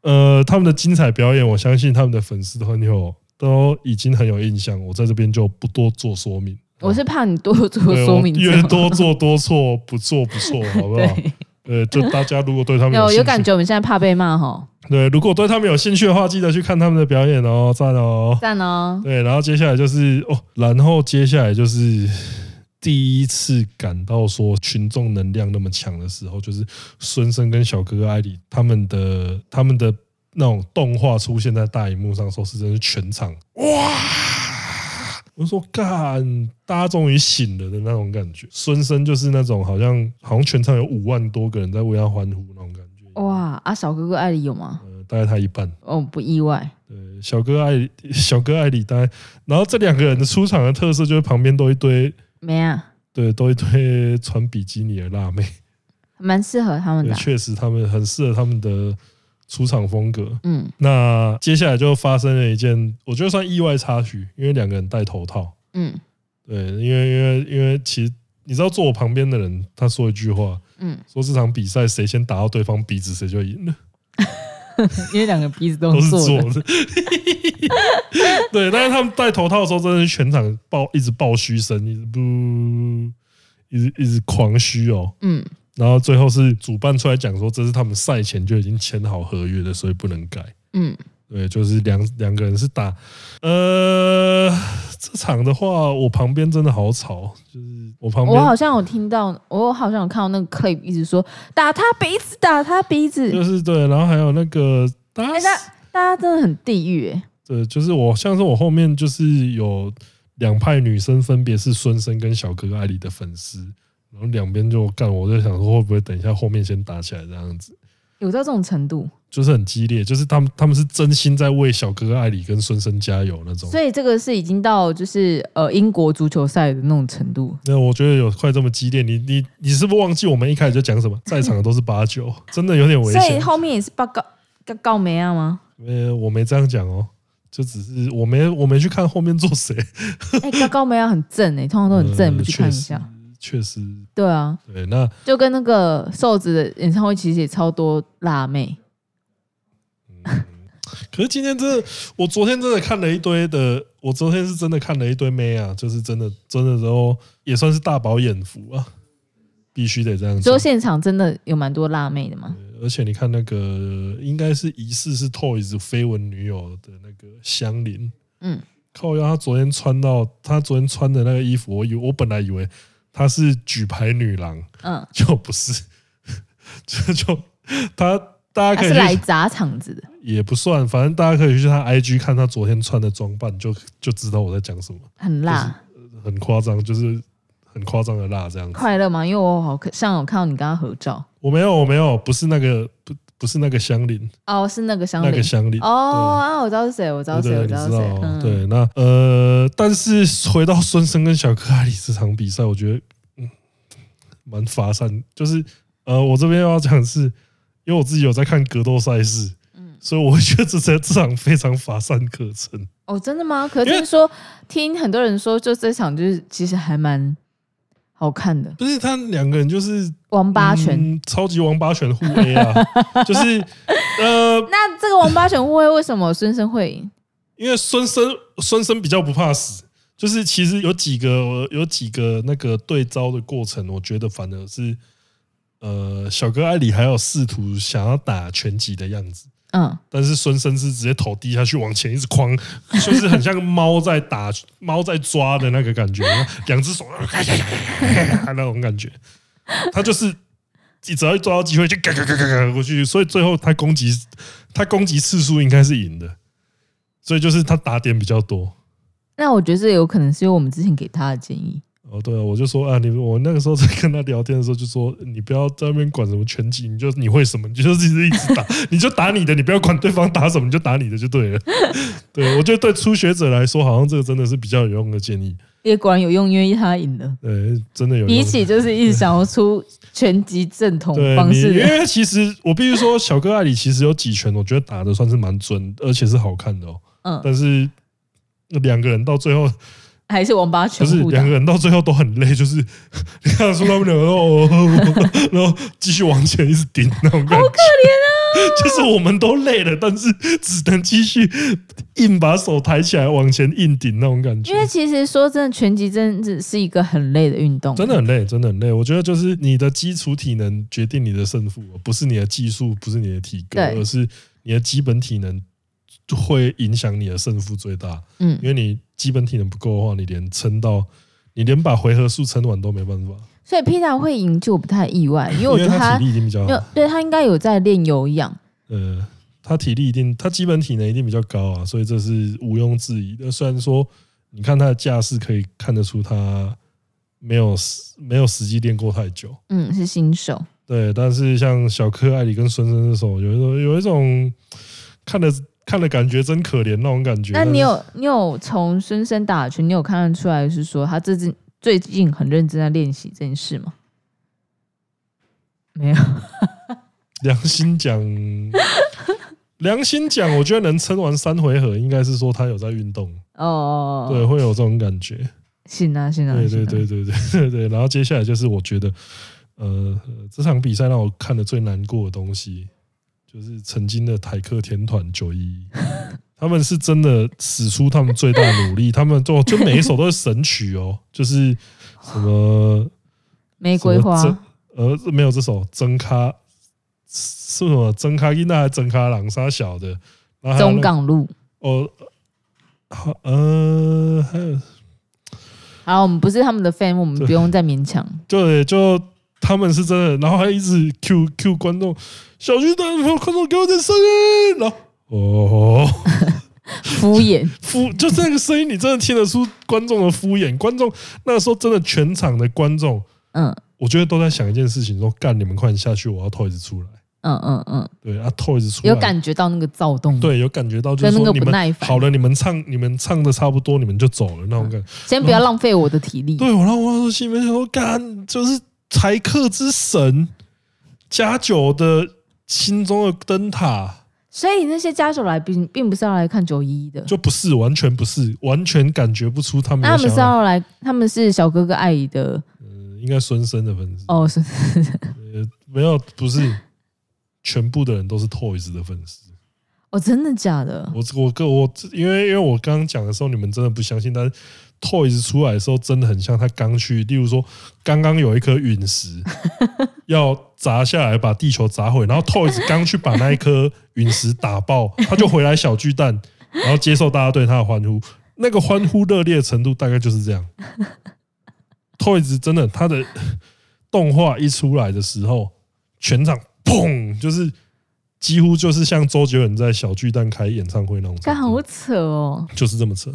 A: 呃，他们的精彩表演，我相信他们的粉丝都很有，都已经很有印象。我在这边就不多做说明。
B: 我是怕你多做
A: 对
B: 说
A: 我
B: 明，
A: 越多做多错，不做不错，好不好？
B: 对，
A: 呃，就大家如果对他们
B: 那我
A: 兴
B: 有
A: 趣，
B: 感觉我们现在怕被骂哈，
A: 对，如果对他们有兴趣的话，记得去看他们的表演哦，赞哦。
B: 赞哦，
A: 对，然后接下来就是哦，然后接下来就是第一次感到说群众能量那么强的时候，就是孙生跟小哥哥艾里他们的他们的那种动画出现在大荧幕上的时候，是真是全场哇！我就说干，大家终于醒了的那种感觉。孙生就是那种好像好像全场有五万多个人在为他欢呼那种感觉。
B: 哇，啊，小哥哥艾里有吗？
A: 呃，大概他一半。
B: 哦，不意外，
A: 对，小哥艾里小哥艾里丹，然后这两个人的出场的特色就是旁边都一堆，
B: 没啊，
A: 对，都一堆穿比基尼的辣妹，
B: 蛮适合他们
A: 对
B: 的啊，
A: 确实他们很适合他们的出场风格。
B: 嗯
A: 那接下来就发生了一件，我觉得算意外插曲，因为两个人戴头套，
B: 嗯
A: 对，因为因为因为其实你知道坐我旁边的人，他说一句话，
B: 嗯，
A: 说这场比赛谁先打到对方鼻子谁就赢了。
B: 因为两个鼻子都
A: 都是
B: 做
A: 做
B: 的，
A: 的。 对，但是他们戴头套的时候，真的是全场爆一直爆嘘声，一直不，一直一直狂嘘哦。
B: 嗯，
A: 然后最后是主办出来讲说，这是他们赛前就已经签好合约的，所以不能改。
B: 嗯，
A: 对，就是两两个人是打，呃，这场的话，我旁边真的好吵，就是我旁
B: 我好
A: 边
B: 像有听到，我好像有看到那个 clip 一直说打他鼻子，打他鼻
A: 就
B: 子，
A: 是对，然后还有那个大
B: 哎，那大家真的很地狱哎，
A: 对，就是我像是我后面就是有两派女生，分别是孙生跟小哥哥艾里的粉丝，然后两边就干，我就想说会不会等一下后面先打起来这样子，
B: 有到这种程度，
A: 就是很激烈，就是他们他们是真心在为小哥哥艾里跟孙生加油那种。
B: 所以这个是已经到就是呃英国足球赛的那种程度，
A: 那我觉得有快这么激烈，你你你是不是忘记我们一开始就讲什么，在场的都是八九，真的有点危
B: 所以
A: 险。
B: 后面也是报告告告梅 啊吗？
A: 呃，我没这样讲哦，就只是我没我没去看后面做谁，
B: 哎、高高梅亚很正哎、通常都很正，
A: 嗯
B: 不去看一
A: 确实
B: 下。
A: 确实
B: 对啊，
A: 对。那
B: 就跟那个瘦子的演唱会其实也超多辣妹，
A: 可是今天真的，我昨天真的看了一堆的，我昨天是真的看了一堆妹啊，就是真的真的都也算是大饱眼福啊，必须得这样
B: 只有
A: 子。
B: 现场真的有蛮多辣妹的嘛。
A: 而且你看那个，应该是疑似是 Toys 绯闻女友的那个香菱，
B: 嗯，
A: 靠腰，她昨天穿到她昨天穿的那个衣服，我以为我本来以为她是举牌女郎，
B: 嗯，
A: 就不是， 这就她大家
B: 她
A: 可以
B: 是
A: 去
B: 来砸场子的，
A: 也不算，反正大家可以去他 IG 看他昨天穿的装扮，就就知道我在讲什么，
B: 很辣，
A: 很夸张，就是很夸张的辣这样子。
B: 快乐吗？因为我好像有看到你跟她合照，
A: 我没有，我没有，不是那个，不不是那个香菱，
B: 哦，是那个香
A: 那
B: 菱
A: 个。香菱。
B: 哦啊，我知道是谁，我知道
A: 对
B: 是
A: 对，
B: 谁，我
A: 你
B: 知道
A: 知
B: 是
A: 道
B: 谁。
A: 哦
B: 嗯，，
A: 对，那呃，但是回到孙生跟小克拉里这场比赛，我觉得嗯，蛮乏善。就是呃，我这边要讲的是，因为我自己有在看格斗赛事，嗯，所以我觉得这这场非常乏善可陈。
B: 哦，真的吗？可
A: 因为
B: 是说听很多人说，就这场就是其实还蛮好看的，
A: 不是他两个人就是
B: 王八拳。
A: 嗯超级王八拳互 A 啊， 就是呃，
B: 那这个王八拳会为什么孙生会赢？
A: 因为孙生孙生比较不怕死，就是其实有几个有几个那个对招的过程，我觉得反而是呃，小哥艾里还有试图想要打拳击的样子。
B: 嗯，
A: 但是孙生是直接头低下去，往前一直框，就是很像猫在打、猫在抓的那个感觉，两只手那种感觉。他就是只要一抓到机会就嘎嘎嘎嘎嘎过去，所以最后他攻击他攻击次数应该是赢的，所以就是他打点比较多。
B: 那我觉得这有可能是因为我们之前给他的建议。
A: 哦，对啊，我就说啊，你我那个时候在跟他聊天的时候就说，你不要在那边管什么拳击，你就你会什么，你就是一直一直打，你就打你的，你不要管对方打什么，你就打你的就对了。对，我觉得对初学者来说，好像这个真的是比较有用的建议。
B: 也果然有用，因为他赢了。
A: 对，真的有用。
B: 比起就是一直想要出全集正统
A: 对
B: 方
A: 你，
B: 式
A: 因
B: 的，
A: 为其实我必须说，小哥艾里其实有几拳，我觉得打的算是蛮准，而且是好看的哦。
B: 嗯，
A: 但是两个人到最后
B: 还是王八
A: 不
B: 拳
A: 是
B: 互打
A: 两个。人到最后都很累，就是 你哦
B: 啊
A: 看得出他们两个都哦，然后继续往前一直顶那种感觉，好可怜 就是我们都累了，但是只能继续硬把手抬起来往前硬顶那种感觉
B: 因。为其实说真的，拳击真的是一个很累的运动，
A: 真的很累，真的很累。我觉得就是你的基础体能决定你的胜负，不是你的技术，不是你的体格，
B: 对
A: 而是你的基本体能会影响你的胜负最大。
B: 嗯
A: 因，为你基本体能不够的话，你连撑到你连把回合数撑完都没办法，
B: 所以 Peter 会赢就我不太意外，因 为
A: 因
B: 我觉
A: 为
B: 得
A: 他
B: 他
A: 体力一定比较
B: 没有
A: 好。
B: 对他应该有在练有氧，
A: 呃，他体力一定，他基本体能一定比较高啊，所以这是毋庸置疑的。虽然说你看他的架势可以看得出他没有实没有实际练过太久，
B: 嗯，是新手，
A: 对，但是像小柯艾里跟孙生这首，有一种有一种看的看的感觉真可怜那种感觉。
B: 那
A: 但
B: 你
A: 是
B: 有你有从孙生打拳，你有看得出来是说他这近最近很认真在练习这件事吗？没有，哦
A: 良心 讲，良心讲，我觉得能撑完三回合，应该是说他有在运动，
B: 哦，
A: 对，，会有这种感觉。
B: 行啊，行啊，
A: 对
B: 行
A: 对对
B: 啊
A: 对对对 对。然后接下来就是我觉得，呃，这场比赛让我看的最难过的东西，就是曾经的台客天团九一 一，他们是真的使出他们最大努力，他们就就每一首都是神曲哦，就是什 么
B: 玫瑰花
A: 什么呃没有这首真咖是什么真咖伊娜还是真咖朗沙小的，然后还有那
B: 中
A: 个
B: 港路。
A: 哦。好呃，还有
B: 好，我们不是他们的 fan，我们
A: 对
B: 不用再勉强。
A: 对，就他们是真的，然后还一直 Q Q 观众，小巨蛋观众给我点声音，然后哦，
B: 敷 衍，
A: 敷哦就这个声音，你真的听得出观众的敷衍。观众那时候真的全场的观众，
B: 嗯
A: 我觉得都在想一件事情，说干你们快点下去，我要 Toys 出来。
B: 嗯嗯嗯，
A: 对啊，Toys 出来
B: 有感觉到那个躁动，，
A: 对，有感觉到就是
B: 跟那
A: 说
B: 个
A: 你
B: 不耐
A: 们
B: 烦嗯
A: 好了，你们唱你们唱的差不多，你们就走了那种感觉。
B: 先不要浪费我的体力。
A: 对我让我说心里面想说，干就是台客之神加九的心中的灯塔，
B: 所以那些家属来并并不是要来看九一一的，
A: 就不是完全不是，完全感觉不出他们
B: 那他
A: 有
B: 们
A: 想
B: 是
A: 要。
B: 要来，他们是小哥哥爱姨的
A: 嗯，应该孙生的粉丝，
B: 哦，是
A: 呃，没有，不是全部的人都是 Toys 的粉丝。
B: 哦，真的假的？
A: 我我个我，因为因为我刚刚讲的时候，你们真的不相信，但是 Toys 出来的时候，真的很像他刚去，例如说，刚刚有一颗陨石要砸下来，把地球砸毁，然后 Toys 刚去把那一颗陨石打爆，他就回来小巨蛋，然后接受大家对他的欢呼，那个欢呼热烈的程度大概就是这样。Toys 真的，他的动画一出来的时候，全场砰，就是几乎就是像周杰伦在小巨蛋开演唱会那种
B: 干
A: 程
B: 好
A: 度，
B: 扯哦，
A: 就是这么扯，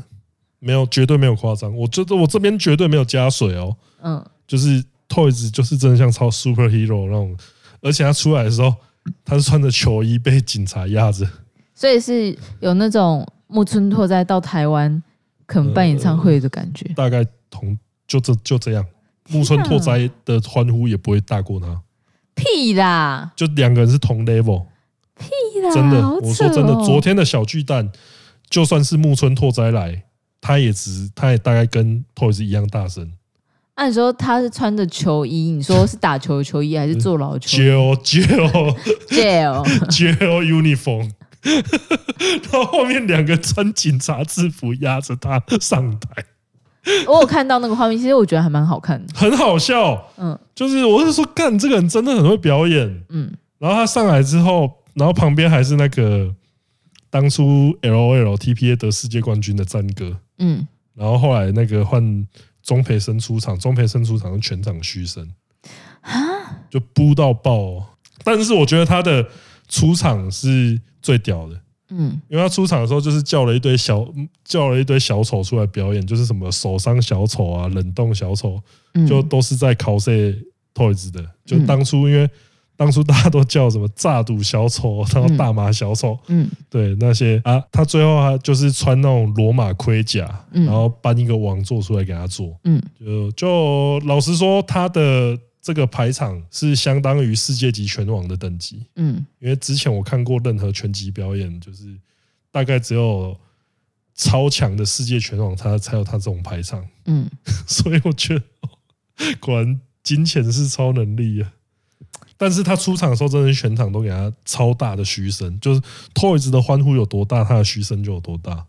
A: 没有绝对没有夸张，我觉得我这边绝对没有加水哦，
B: 嗯，
A: 就是 Toys 就是真的像超 superhero 那种，而且他出来的时候，他是穿着球衣被警察压着，
B: 所以是有那种木村拓哉到台湾肯办演唱会的感觉。
A: 大概同就这就这样，木村拓哉的欢呼也不会大过他，
B: 屁啦，
A: 就两个人是同 level。
B: 屁啦，
A: 真的，
B: 好扯
A: 我说真的，
B: 哦
A: 昨天的小巨蛋，就算是木村拓哉来，他也只他也大概跟 Toys 一样大声，
B: 按说他是穿着球衣，你说是打球的球衣还是坐牢的球衣哦
A: jail jail
B: ？jail，
A: jail uniform，然后后面两个穿警察制服压着他上台，
B: 我有看到那个画面，其实我觉得还蛮好看的。
A: 很好笑。
B: 嗯
A: 就是我是说，干这个人真的很会表演。
B: 嗯，
A: 然后他上来之后，然后旁边还是那个当初 LOL TPA 得世界冠军的战哥。
B: 嗯，
A: 然后后来那个换钟培生出场，钟培生出场就全场嘘声，就扑到爆、哦。但是我觉得他的出场是最屌的，
B: 嗯，
A: 因为他出场的时候就是叫了一堆小叫了一堆小丑出来表演，就是什么手伤小丑啊、冷冻小丑，
B: 嗯
A: 就都是在 cos Toys 的。就
B: 嗯
A: 当初因为当初大家都叫什么炸赌小丑，然后大麻小丑，
B: 嗯
A: 对那些啊，他最后他就是穿那种罗马盔甲，
B: 嗯
A: 然后搬一个王座出来给他做。
B: 嗯
A: 就就老实说，他的这个排场是相当于世界级拳王的等级，
B: 嗯
A: 因为之前我看过任何拳击表演，就是大概只有超强的世界拳王他才有他这种排场，
B: 嗯，
A: 所以我觉得果然金钱是超能力啊。但是他出场的时候，真的是全场都给他超大的嘘声，就是 Toys 的欢呼有多大，他的嘘声就有多大。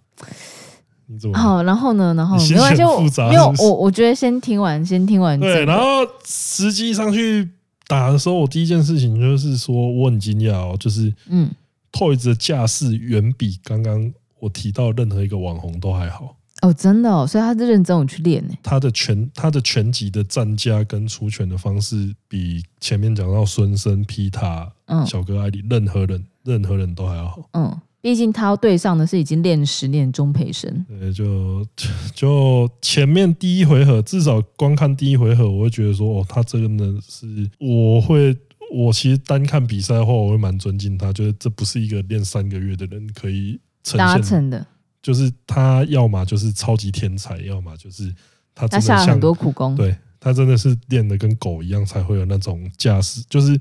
A: 你怎么看？
B: 好，然后呢，然后
A: 你心
B: 没关系，
A: 情
B: 我
A: 复杂
B: 没有
A: 是不是
B: 我，我觉得先听完，先听完
A: 对，
B: 这
A: 然
B: 个。
A: 后实际上去打的时候，我第一件事情就是说，我很惊讶哦，就是
B: 嗯，
A: Toys 的架势远比刚刚我提到任何一个网红都还好。
B: 哦，真的哦，所以他是认真我去练呢。
A: 他的拳，他的拳击的站架跟出拳的方式，比前面讲到孙生、皮塔、
B: 嗯
A: 小哥艾里，任何人任何人都还要好。
B: 嗯，毕竟他要对上的是已经练十年的钟培生。
A: 对，就就前面第一回合，至少光看第一回合，我会觉得说，哦，他这个呢是，我会，我其实单看比赛的话，我会蛮尊敬他，就是这不是一个练三个月的人可以呈
B: 达
A: 现的，
B: 成的，
A: 就是他要么就是超级天才，要么就是他
B: 他
A: 真的
B: 下了
A: 像
B: 很多苦功。
A: 对他真的是练的跟狗一样，才会有那种架势，就是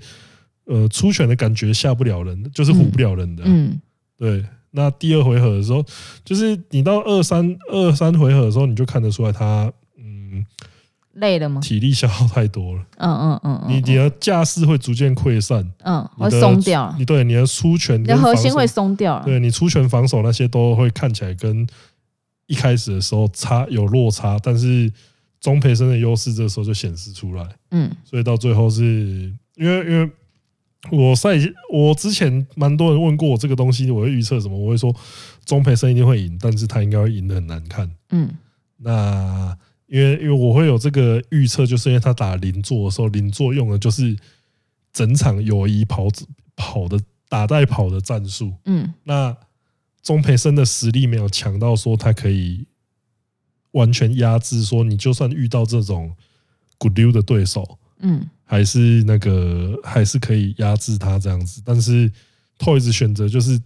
A: 呃出拳的感觉吓不了人，就是唬不了人的啊、
B: 嗯，
A: 对，那第二回合的时候，就是你到二三二三回合的时候，你就看得出来他嗯
B: 累了吗？
A: 体力消耗太多了，
B: 嗯嗯嗯，
A: 你
B: 嗯
A: 你的架势会逐渐溃散，
B: 嗯
A: 你
B: 会
A: 的
B: 松掉，
A: 你对你的出拳
B: 你
A: 跟
B: 的核
A: 防
B: 心
A: 守
B: 会松掉。
A: 对你出拳防守那些都会看起来跟一开始的时候差有落差，但是钟培生的优势这时候就显示出来。
B: 嗯
A: 所以到最后是因为因为我赛我之前蛮多人问过我这个东西，我会预测什么？我会说钟培生一定会赢，但是他应该会赢得很难看。
B: 嗯
A: 那因为因为我会有这个预测，就是因为他打邻座的时候，邻座用的就是整场友谊跑跑的打带跑的战术。
B: 嗯
A: 那钟培生的实力没有强到说他可以完全压制，说你就算遇到这种骨溜的对手，
B: 嗯
A: 还是那个还是可以压制他这样子。但是 Toys 选择就是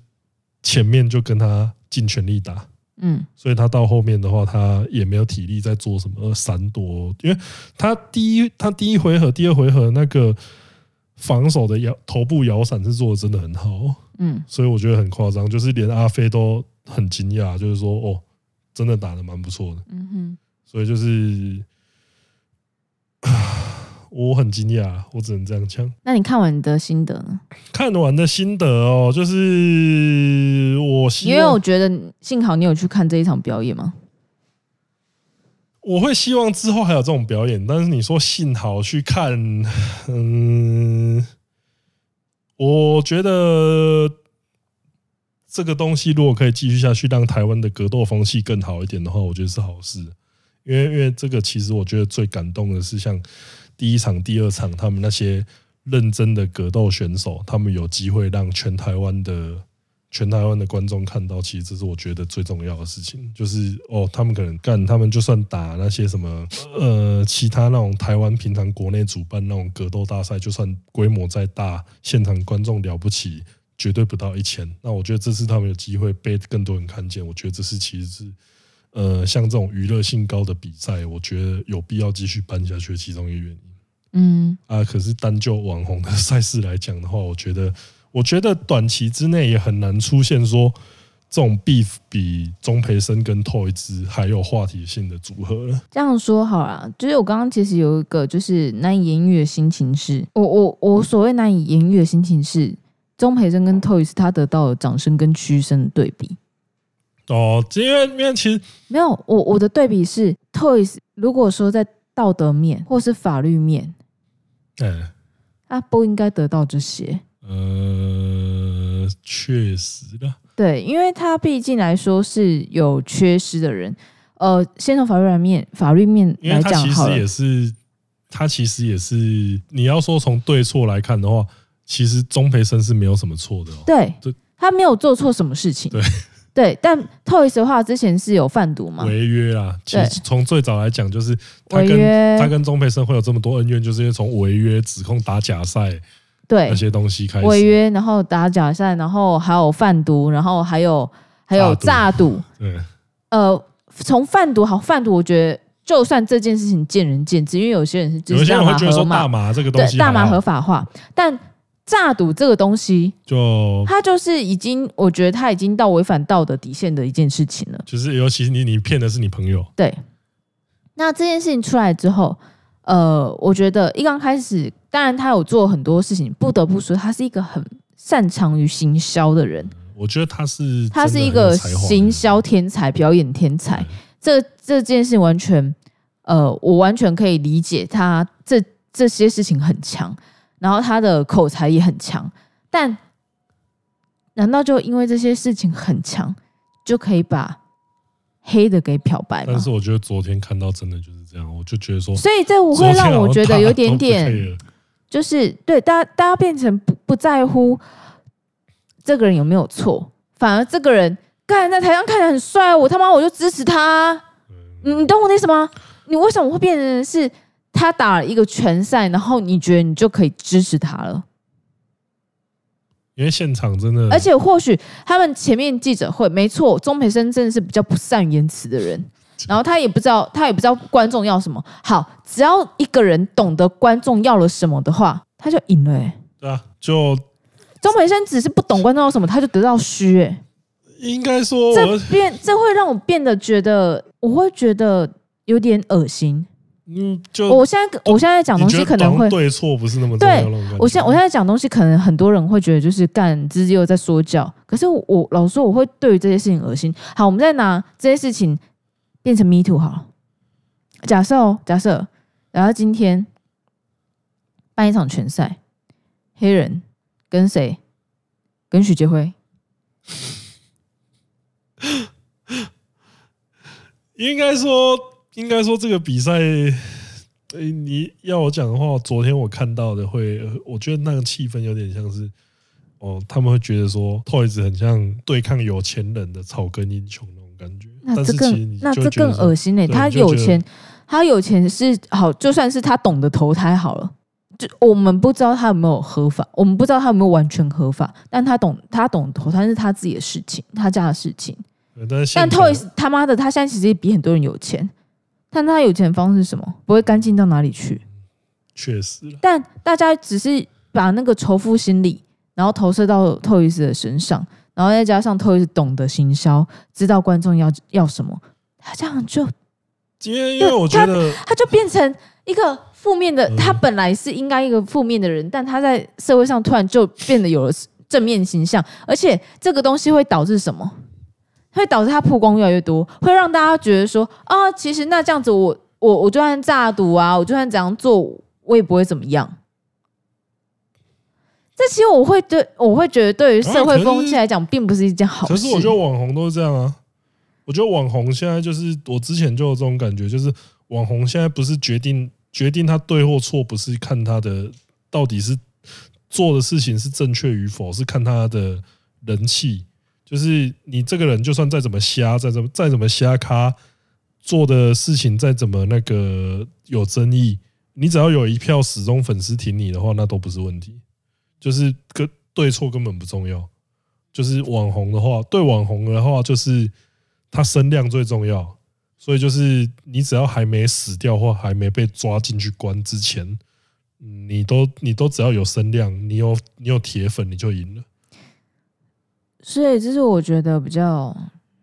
A: 前面就跟他尽全力打，
B: 嗯
A: 所以他到后面的话，他也没有体力在做什么闪躲，因为他第一他第一回合、第二回合那个防守的摇头部摇闪是做的真的很好哦。
B: 嗯
A: 所以我觉得很夸张，就是连阿飞都很惊讶，就是说哦，真的打的蛮不错的。
B: 嗯哼，
A: 所以就是， 啊我很惊讶，我只能这样讲。
B: 那你看完你的心得呢？
A: 看完的心得哦，就是我希
B: 因为我
A: 望
B: 觉得幸好你有去看这一场表演嘛。
A: 我会希望之后还有这种表演，但是你说幸好去看，嗯，我觉得。这个东西如果可以继续下去，让台湾的格斗风气更好一点的话，我觉得是好事。因为因为这个，其实我觉得最感动的是，像第一场、第二场，他们那些认真的格斗选手，他们有机会让全台湾的全台湾的观众看到，其实这是我觉得最重要的事情。就是哦，他们可能干，他们就算打那些什么呃其他那种台湾平常国内主办那种格斗大赛，就算规模再大，现场观众了不起。绝对不到一千，那我觉得这次他们有机会被更多人看见，我觉得这是其实是呃，像这种娱乐性高的比赛，我觉得有必要继续办下去的其中一个原因
B: 嗯
A: 啊。可是单就网红的赛事来讲的话，我觉得，我觉得短期之内也很难出现说这种 beef 比钟培生跟 Toy 之还有话题性的组合了。
B: 这样说好了，就是我刚刚其实有一个就是难以言喻的心情是，我我我所谓难以言喻的心情是，钟培生跟 Toys 他得到了掌声跟嘘声的对比。
A: 哦，因为因为其实
B: 没有，我我的对比是 Toys，如果说在道德面或是法律面，
A: 哎
B: 他不应该得到这些。
A: 呃，确实啦，
B: 对，因为他毕竟来说是有缺失的人。呃，先从法律来面，法律面
A: 因为
B: 来
A: 他
B: 讲
A: 其
B: 好
A: 实
B: 了，
A: 也是，他其实也是，你要说从对错来看的话，其实钟培生是没有什么错的哦。
B: 对
A: 这，
B: 他没有做错什么事情。
A: 对
B: 对，但 Toys 的话之前是有贩毒嘛？
A: 违约啦，其
B: 对
A: 实从最早来讲，就是他
B: 违约
A: 跟他跟钟培生会有这么多恩怨，就是因为从违约、指控打假赛
B: 对
A: 那，些东西开始。
B: 违约，然后打假赛，然后还有贩毒，然后还有还有
A: 诈
B: 诈赌。
A: 对，
B: 呃，从贩毒好，贩毒我觉得就算这件事情见仁见智，因为有些人是就
A: 有
B: 是
A: 些人
B: 大
A: 会
B: 麻
A: 觉得说
B: 合
A: 大
B: 嘛，
A: 麻这个东
B: 对，
A: 西
B: 大麻
A: 还好
B: 合法化，但诈赌这个东西，
A: 就
B: 它就是已经，我觉得它已经到违反道德底线的一件事情了。
A: 就是，尤其是你你骗的是你朋友，
B: 对，那这件事情出来之后，呃，我觉得一刚开始，当然他有做很多事情，不得不说他是一个很擅长于行销的人，
A: 我觉得他是
B: 他是
A: 真的
B: 一
A: 很有
B: 个
A: 才华的
B: 行
A: 人
B: 销天才、表演天才
A: 对。
B: 这这件事完全，呃，我完全可以理解他这这些事情很强，然后他的口才也很强，但难道就因为这些事情很强，就可以把黑的给漂白吗
A: 但？是我觉得昨天看到真的就是这样，我就觉得说，
B: 所以这我
A: 昨
B: 会
A: 天好
B: 让
A: 像
B: 我觉得有
A: 大家
B: 点
A: 都不
B: 点。
A: care
B: 就是对大家，大家变成不不在乎这个人有没有错，反而这个人干在台上看起来很帅，我他妈我就支持他啊、你你懂我的意思吗？你为什么会变成是他打了一个拳赛，然后你觉得你就可以支持他了？
A: 因为现场真的，
B: 而且或许他们前面记者会，没错，钟培生真的是比较不善言辞的人，然后他也不知道，他也不知道观众要什么。好，只要一个人懂得观众要了什么的话，他就赢了、欸。
A: 对啊，就
B: 钟培生只是不懂观众要什么，他就得到虚、欸，
A: 应该说
B: 这
A: 我，
B: 变这会让我变得觉得，我会觉得有点恶心。
A: 嗯，就
B: 我现在我现在讲东西
A: 你觉得
B: 可能
A: 懂
B: 会，
A: 对错不是那么重要
B: 对
A: 那种感觉。
B: 我现我现在讲东西可能很多人会觉得就是干，这又在说教。可是我我老实说，我会对于这些事情恶心。好，我们再拿这些事情变成 me too 好了。假设哦，假设，然后今天办一场拳赛，黑人跟谁？跟许杰辉。
A: 应该说，应该说这个比赛，呃你要我讲的话，昨天我看到的会，呃我觉得那个气氛有点像是，哦，他们会觉得说 Toys 很像对抗有钱人的草根英雄那种感觉。
B: 那
A: 但
B: 这
A: 是其实你
B: 更那
A: 就
B: 这
A: 觉得
B: 更
A: 说
B: 恶心呢、欸
A: 对
B: 他
A: 你就
B: 有
A: 觉得
B: 钱，他有钱是好，就算是他懂得投胎好了，就我们不知道他有没有合法，我们不知道他有没有完全合法，但他懂他懂投胎是他自己的事情，他家的事情。
A: 呃但是
B: 但
A: 现场
B: Toys 他妈的，他现在其实也比很多人有钱，但他有钱的方式是什么？不会干净到哪里去。
A: 确实啦
B: 但大家只是把那个仇富心理，然后投射到 Toys 的身上，然后再加上 Toys 懂得行销，知道观众要要什么，他这样就
A: 因为因为我觉得
B: 他就变成一个负面的，
A: 嗯
B: 他本来是应该一个负面的人，但他在社会上突然就变得有了正面形象，而且这个东西会导致什么？会导致他曝光越来越多，会让大家觉得说啊，其实那这样子我我我就算诈赌啊，我就算怎样做，我也不会怎么样。这其实我会对我会觉得，对于社
A: 啊
B: 会
A: 可是
B: 风气来讲，并不是一件好事。
A: 可是我觉得网红都是这样啊。我觉得网红现在就是我之前就有这种感觉，就是网红现在不是决定决定他对或错，不是看他的到底是做的事情是正确与否，是看他的人气。就是你这个人就算再怎么瞎，再怎么再怎么瞎咖，做的事情再怎么那个有争议，你只要有一票始终粉丝挺你的话，那都不是问题。就是跟对错根本不重要。就是网红的话，对网红的话，就是他声量最重要。所以就是你只要还没死掉或还没被抓进去关之前，嗯你都你都只要有声量，你有你有铁粉，你就赢了。
B: 所以这是我觉得比较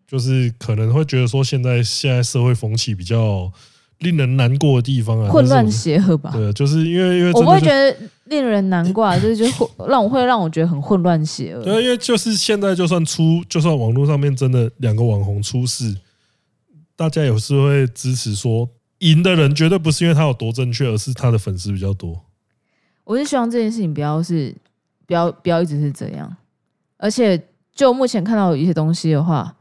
A: 就是可能会觉得说，现在现在社会风气比较令人难过的地方啊，
B: 混乱
A: 但是
B: 邪恶吧
A: 我。对，就是因为因为
B: 我
A: 真
B: 不
A: 的
B: 会觉
A: 就
B: 得令人难过，啊，就是就混让我会让我觉得很混乱邪恶。
A: 对，啊因为就是现在就算出，就算网络上面真的两个网红出事，大家也是会支持说，赢的人绝对不是因为他有多正确，而是他的粉丝比较多。
B: 我是希望这件事情不要是不要不要一直是这样，而且就目前看到有一些东西的话，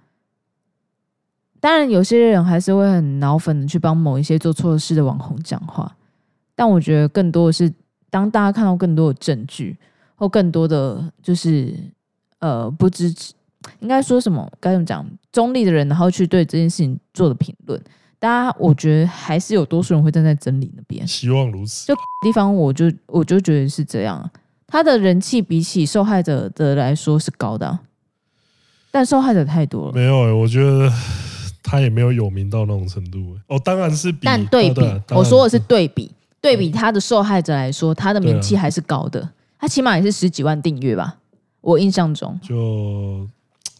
B: 当然有些人还是会很脑粉的去帮某一些做错事的网红讲话，但我觉得更多的是当大家看到更多的证据或更多的就是呃不支持，应该说什么该怎么讲中立的人，然后去对这件事情做的评论，大家我觉得还是有多数人会站在真理那边。
A: 希望如此。
B: 就地方，我就我就觉得是这样啊。他的人气比起受害者的来说是高的啊、但受害者太多了。
A: 没有、欸，我觉得他也没有有名到那种程度、欸。哦，当然是比，
B: 但对比
A: 啊啊，当
B: 我
A: 然
B: 说的是对比，对比他的受害者来说，他的名气
A: 对
B: 还是高的。他起码也是十几万订阅吧，我印象中
A: 就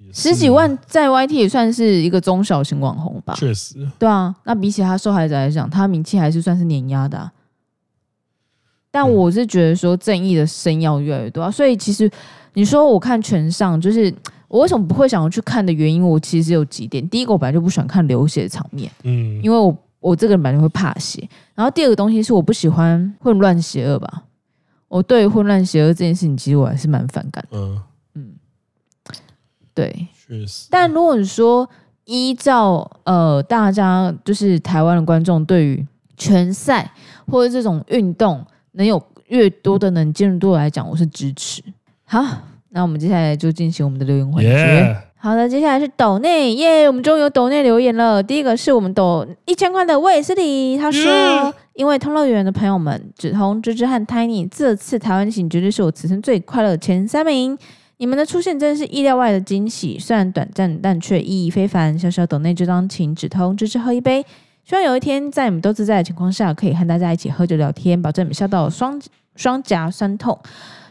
A: 也是
B: 十几万在 YT 也算是一个中小型网红吧。
A: 确实
B: 对啊，那比起他受害者来讲，他名气还是算是碾压的啊、但我是觉得说正义的声要越来越多啊、所以其实你说我看全上，就是我为什么不会想要去看的原因，我其实有几点。第一个，我本来就不喜欢看流血的场面，
A: 嗯，
B: 因为我我这个人本来就会怕血。然后第二个东西是我不喜欢混乱邪恶吧，我对混乱邪恶这件事情，其实我还是蛮反感的。
A: 嗯，
B: 对，
A: 确实，
B: 但如果你说依照呃大家就是台湾的观众对于拳赛或者这种运动能有越多的能进入度来讲，我是支持。好，那我们接下来就进行我们的留言环节。
A: 耶，
B: 好的，接下来是抖内耶我们终于有抖内留言了。第一个是我们抖一千块的卫斯理，他说。
A: 嗯
B: 因为通乐园的朋友们，芷彤、芝芝和 Tiny 这次台湾行绝对是我此生最快乐的前三名。你们的出现真是意料外的惊喜，虽然短暂，但却意义非凡。小小抖内就当请芷彤、芝芝喝一杯。希望有一天，在你们都自在的情况下，可以和大家一起喝酒聊天，保证你们笑到双双颊酸痛。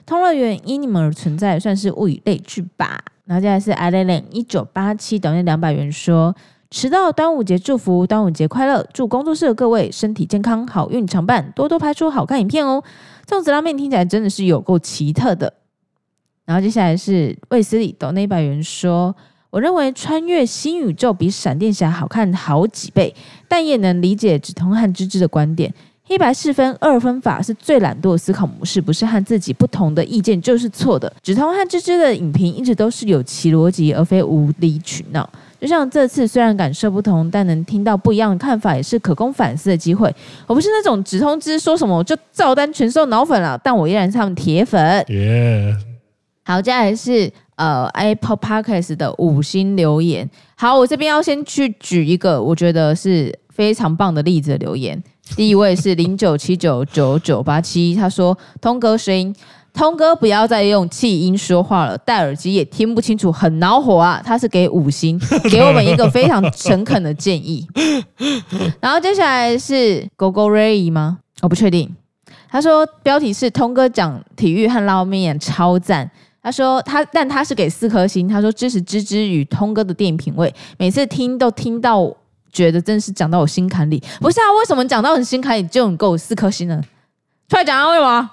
B: 通乐园因你们而存在，算是物以类聚吧。然后接下来是 i l e n 一九八七抖内两百元说，迟到端午节祝福，端午节快乐！祝工作室的各位身体健康，好运常伴，多多拍出好看影片哦。粽子拉面听起来真的是有够奇特的。然后接下来是卫斯理抖那一百元说，我认为穿越新宇宙比闪电侠好看好几倍，但也能理解止痛和芝芝的观点。黑白四分二分法是最懒惰的思考模式，不是和自己不同的意见就是错的。止痛和芝芝的影评一直都是有其逻辑，而非无理取闹。就像这次虽然感受不同，但能听到不一样的看法，也是可供反思的机会。我不是那种只通知说什么我就照单全收脑粉了，但我依然是他们铁粉。
A: 耶，
B: 好，接下来是呃 Apple Podcast 的五星留言。好，我这边要先去举一个我觉得是非常棒的例子的留言。第一位是零九七九九九八七，他说：“通哥声音，通哥不要再用气音说话了，戴耳机也听不清楚，很恼火啊！”他是给五星，给我们一个非常诚恳的建议。然后接下来是狗狗 Ray 吗？我不确定。他说标题是“通哥讲体育和捞面超赞”，他说他，但他是给四颗星。他说支持芝芝与通哥的电影品味，每次听都听到觉得真是讲到我心坎里。不是啊，为什么讲到你心坎里就能给我四颗星呢？出来讲啊，为什么？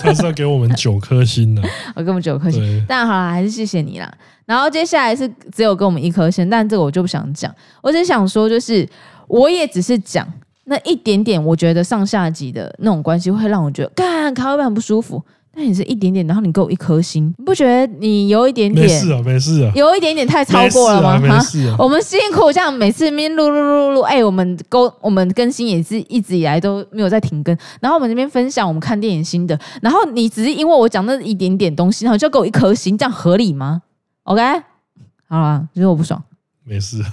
A: 他是要给我们九颗星的，
B: 我给我们 九颗星。
A: 对，
B: 但好啦，还是谢谢你啦。然后接下来是只有给我们一颗星，但这个我就不想讲，我只想说，就是我也只是讲那一点点，我觉得上下级的那种关系会让我觉得干卡老板不舒服。但也是一点点，然后你给我一颗星，你不觉得你有一点
A: 没
B: 点
A: 事啊，没事啊，
B: 有一点点太超过了吗？
A: 没
B: 哈
A: 事啊没事啊
B: 我们辛苦这样每次面录录录录，哎、我们更我们更新也是一直以来都没有在停更，然后我们那边分享我们看电影新的，然后你只是因为我讲那一点点东西，然后就给我一颗星，这样合理吗？OK，好啦，就是我不 爽。
A: 没 事啊，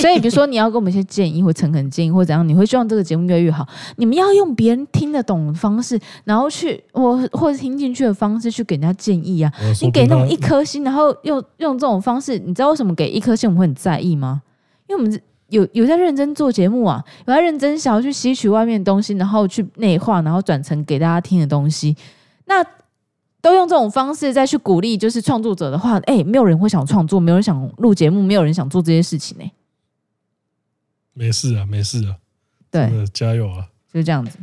B: 所以比如说你要给我们一些建议或诚恳建议或怎样，你会希望这个节目越来越好。你们要用别人听得懂的方式，然后去我或者听进去的方式去给人家建议啊。
A: 我要说
B: 你给
A: 不
B: 那
A: 定
B: 种
A: 他
B: 一颗星，然后用用这种方式，你知道为什么给一颗星我们会很在意吗？因为我们是有有在认真做节目啊，有在认真想要去吸取外面的东西，然后去内化，然后转成给大家听的东西。那都用这种方式再去鼓励，就是创作者的话，哎、没有人会想创作，没有人想录节目，没有人想做这些事情哎呢、
A: 没事啊，没事啊，真
B: 对，
A: 的加油啊！
B: 就是这样子。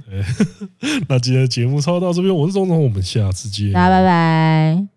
A: 那今天的节目差不多到这边，我是钟总，我们下次见，
B: 大家拜拜。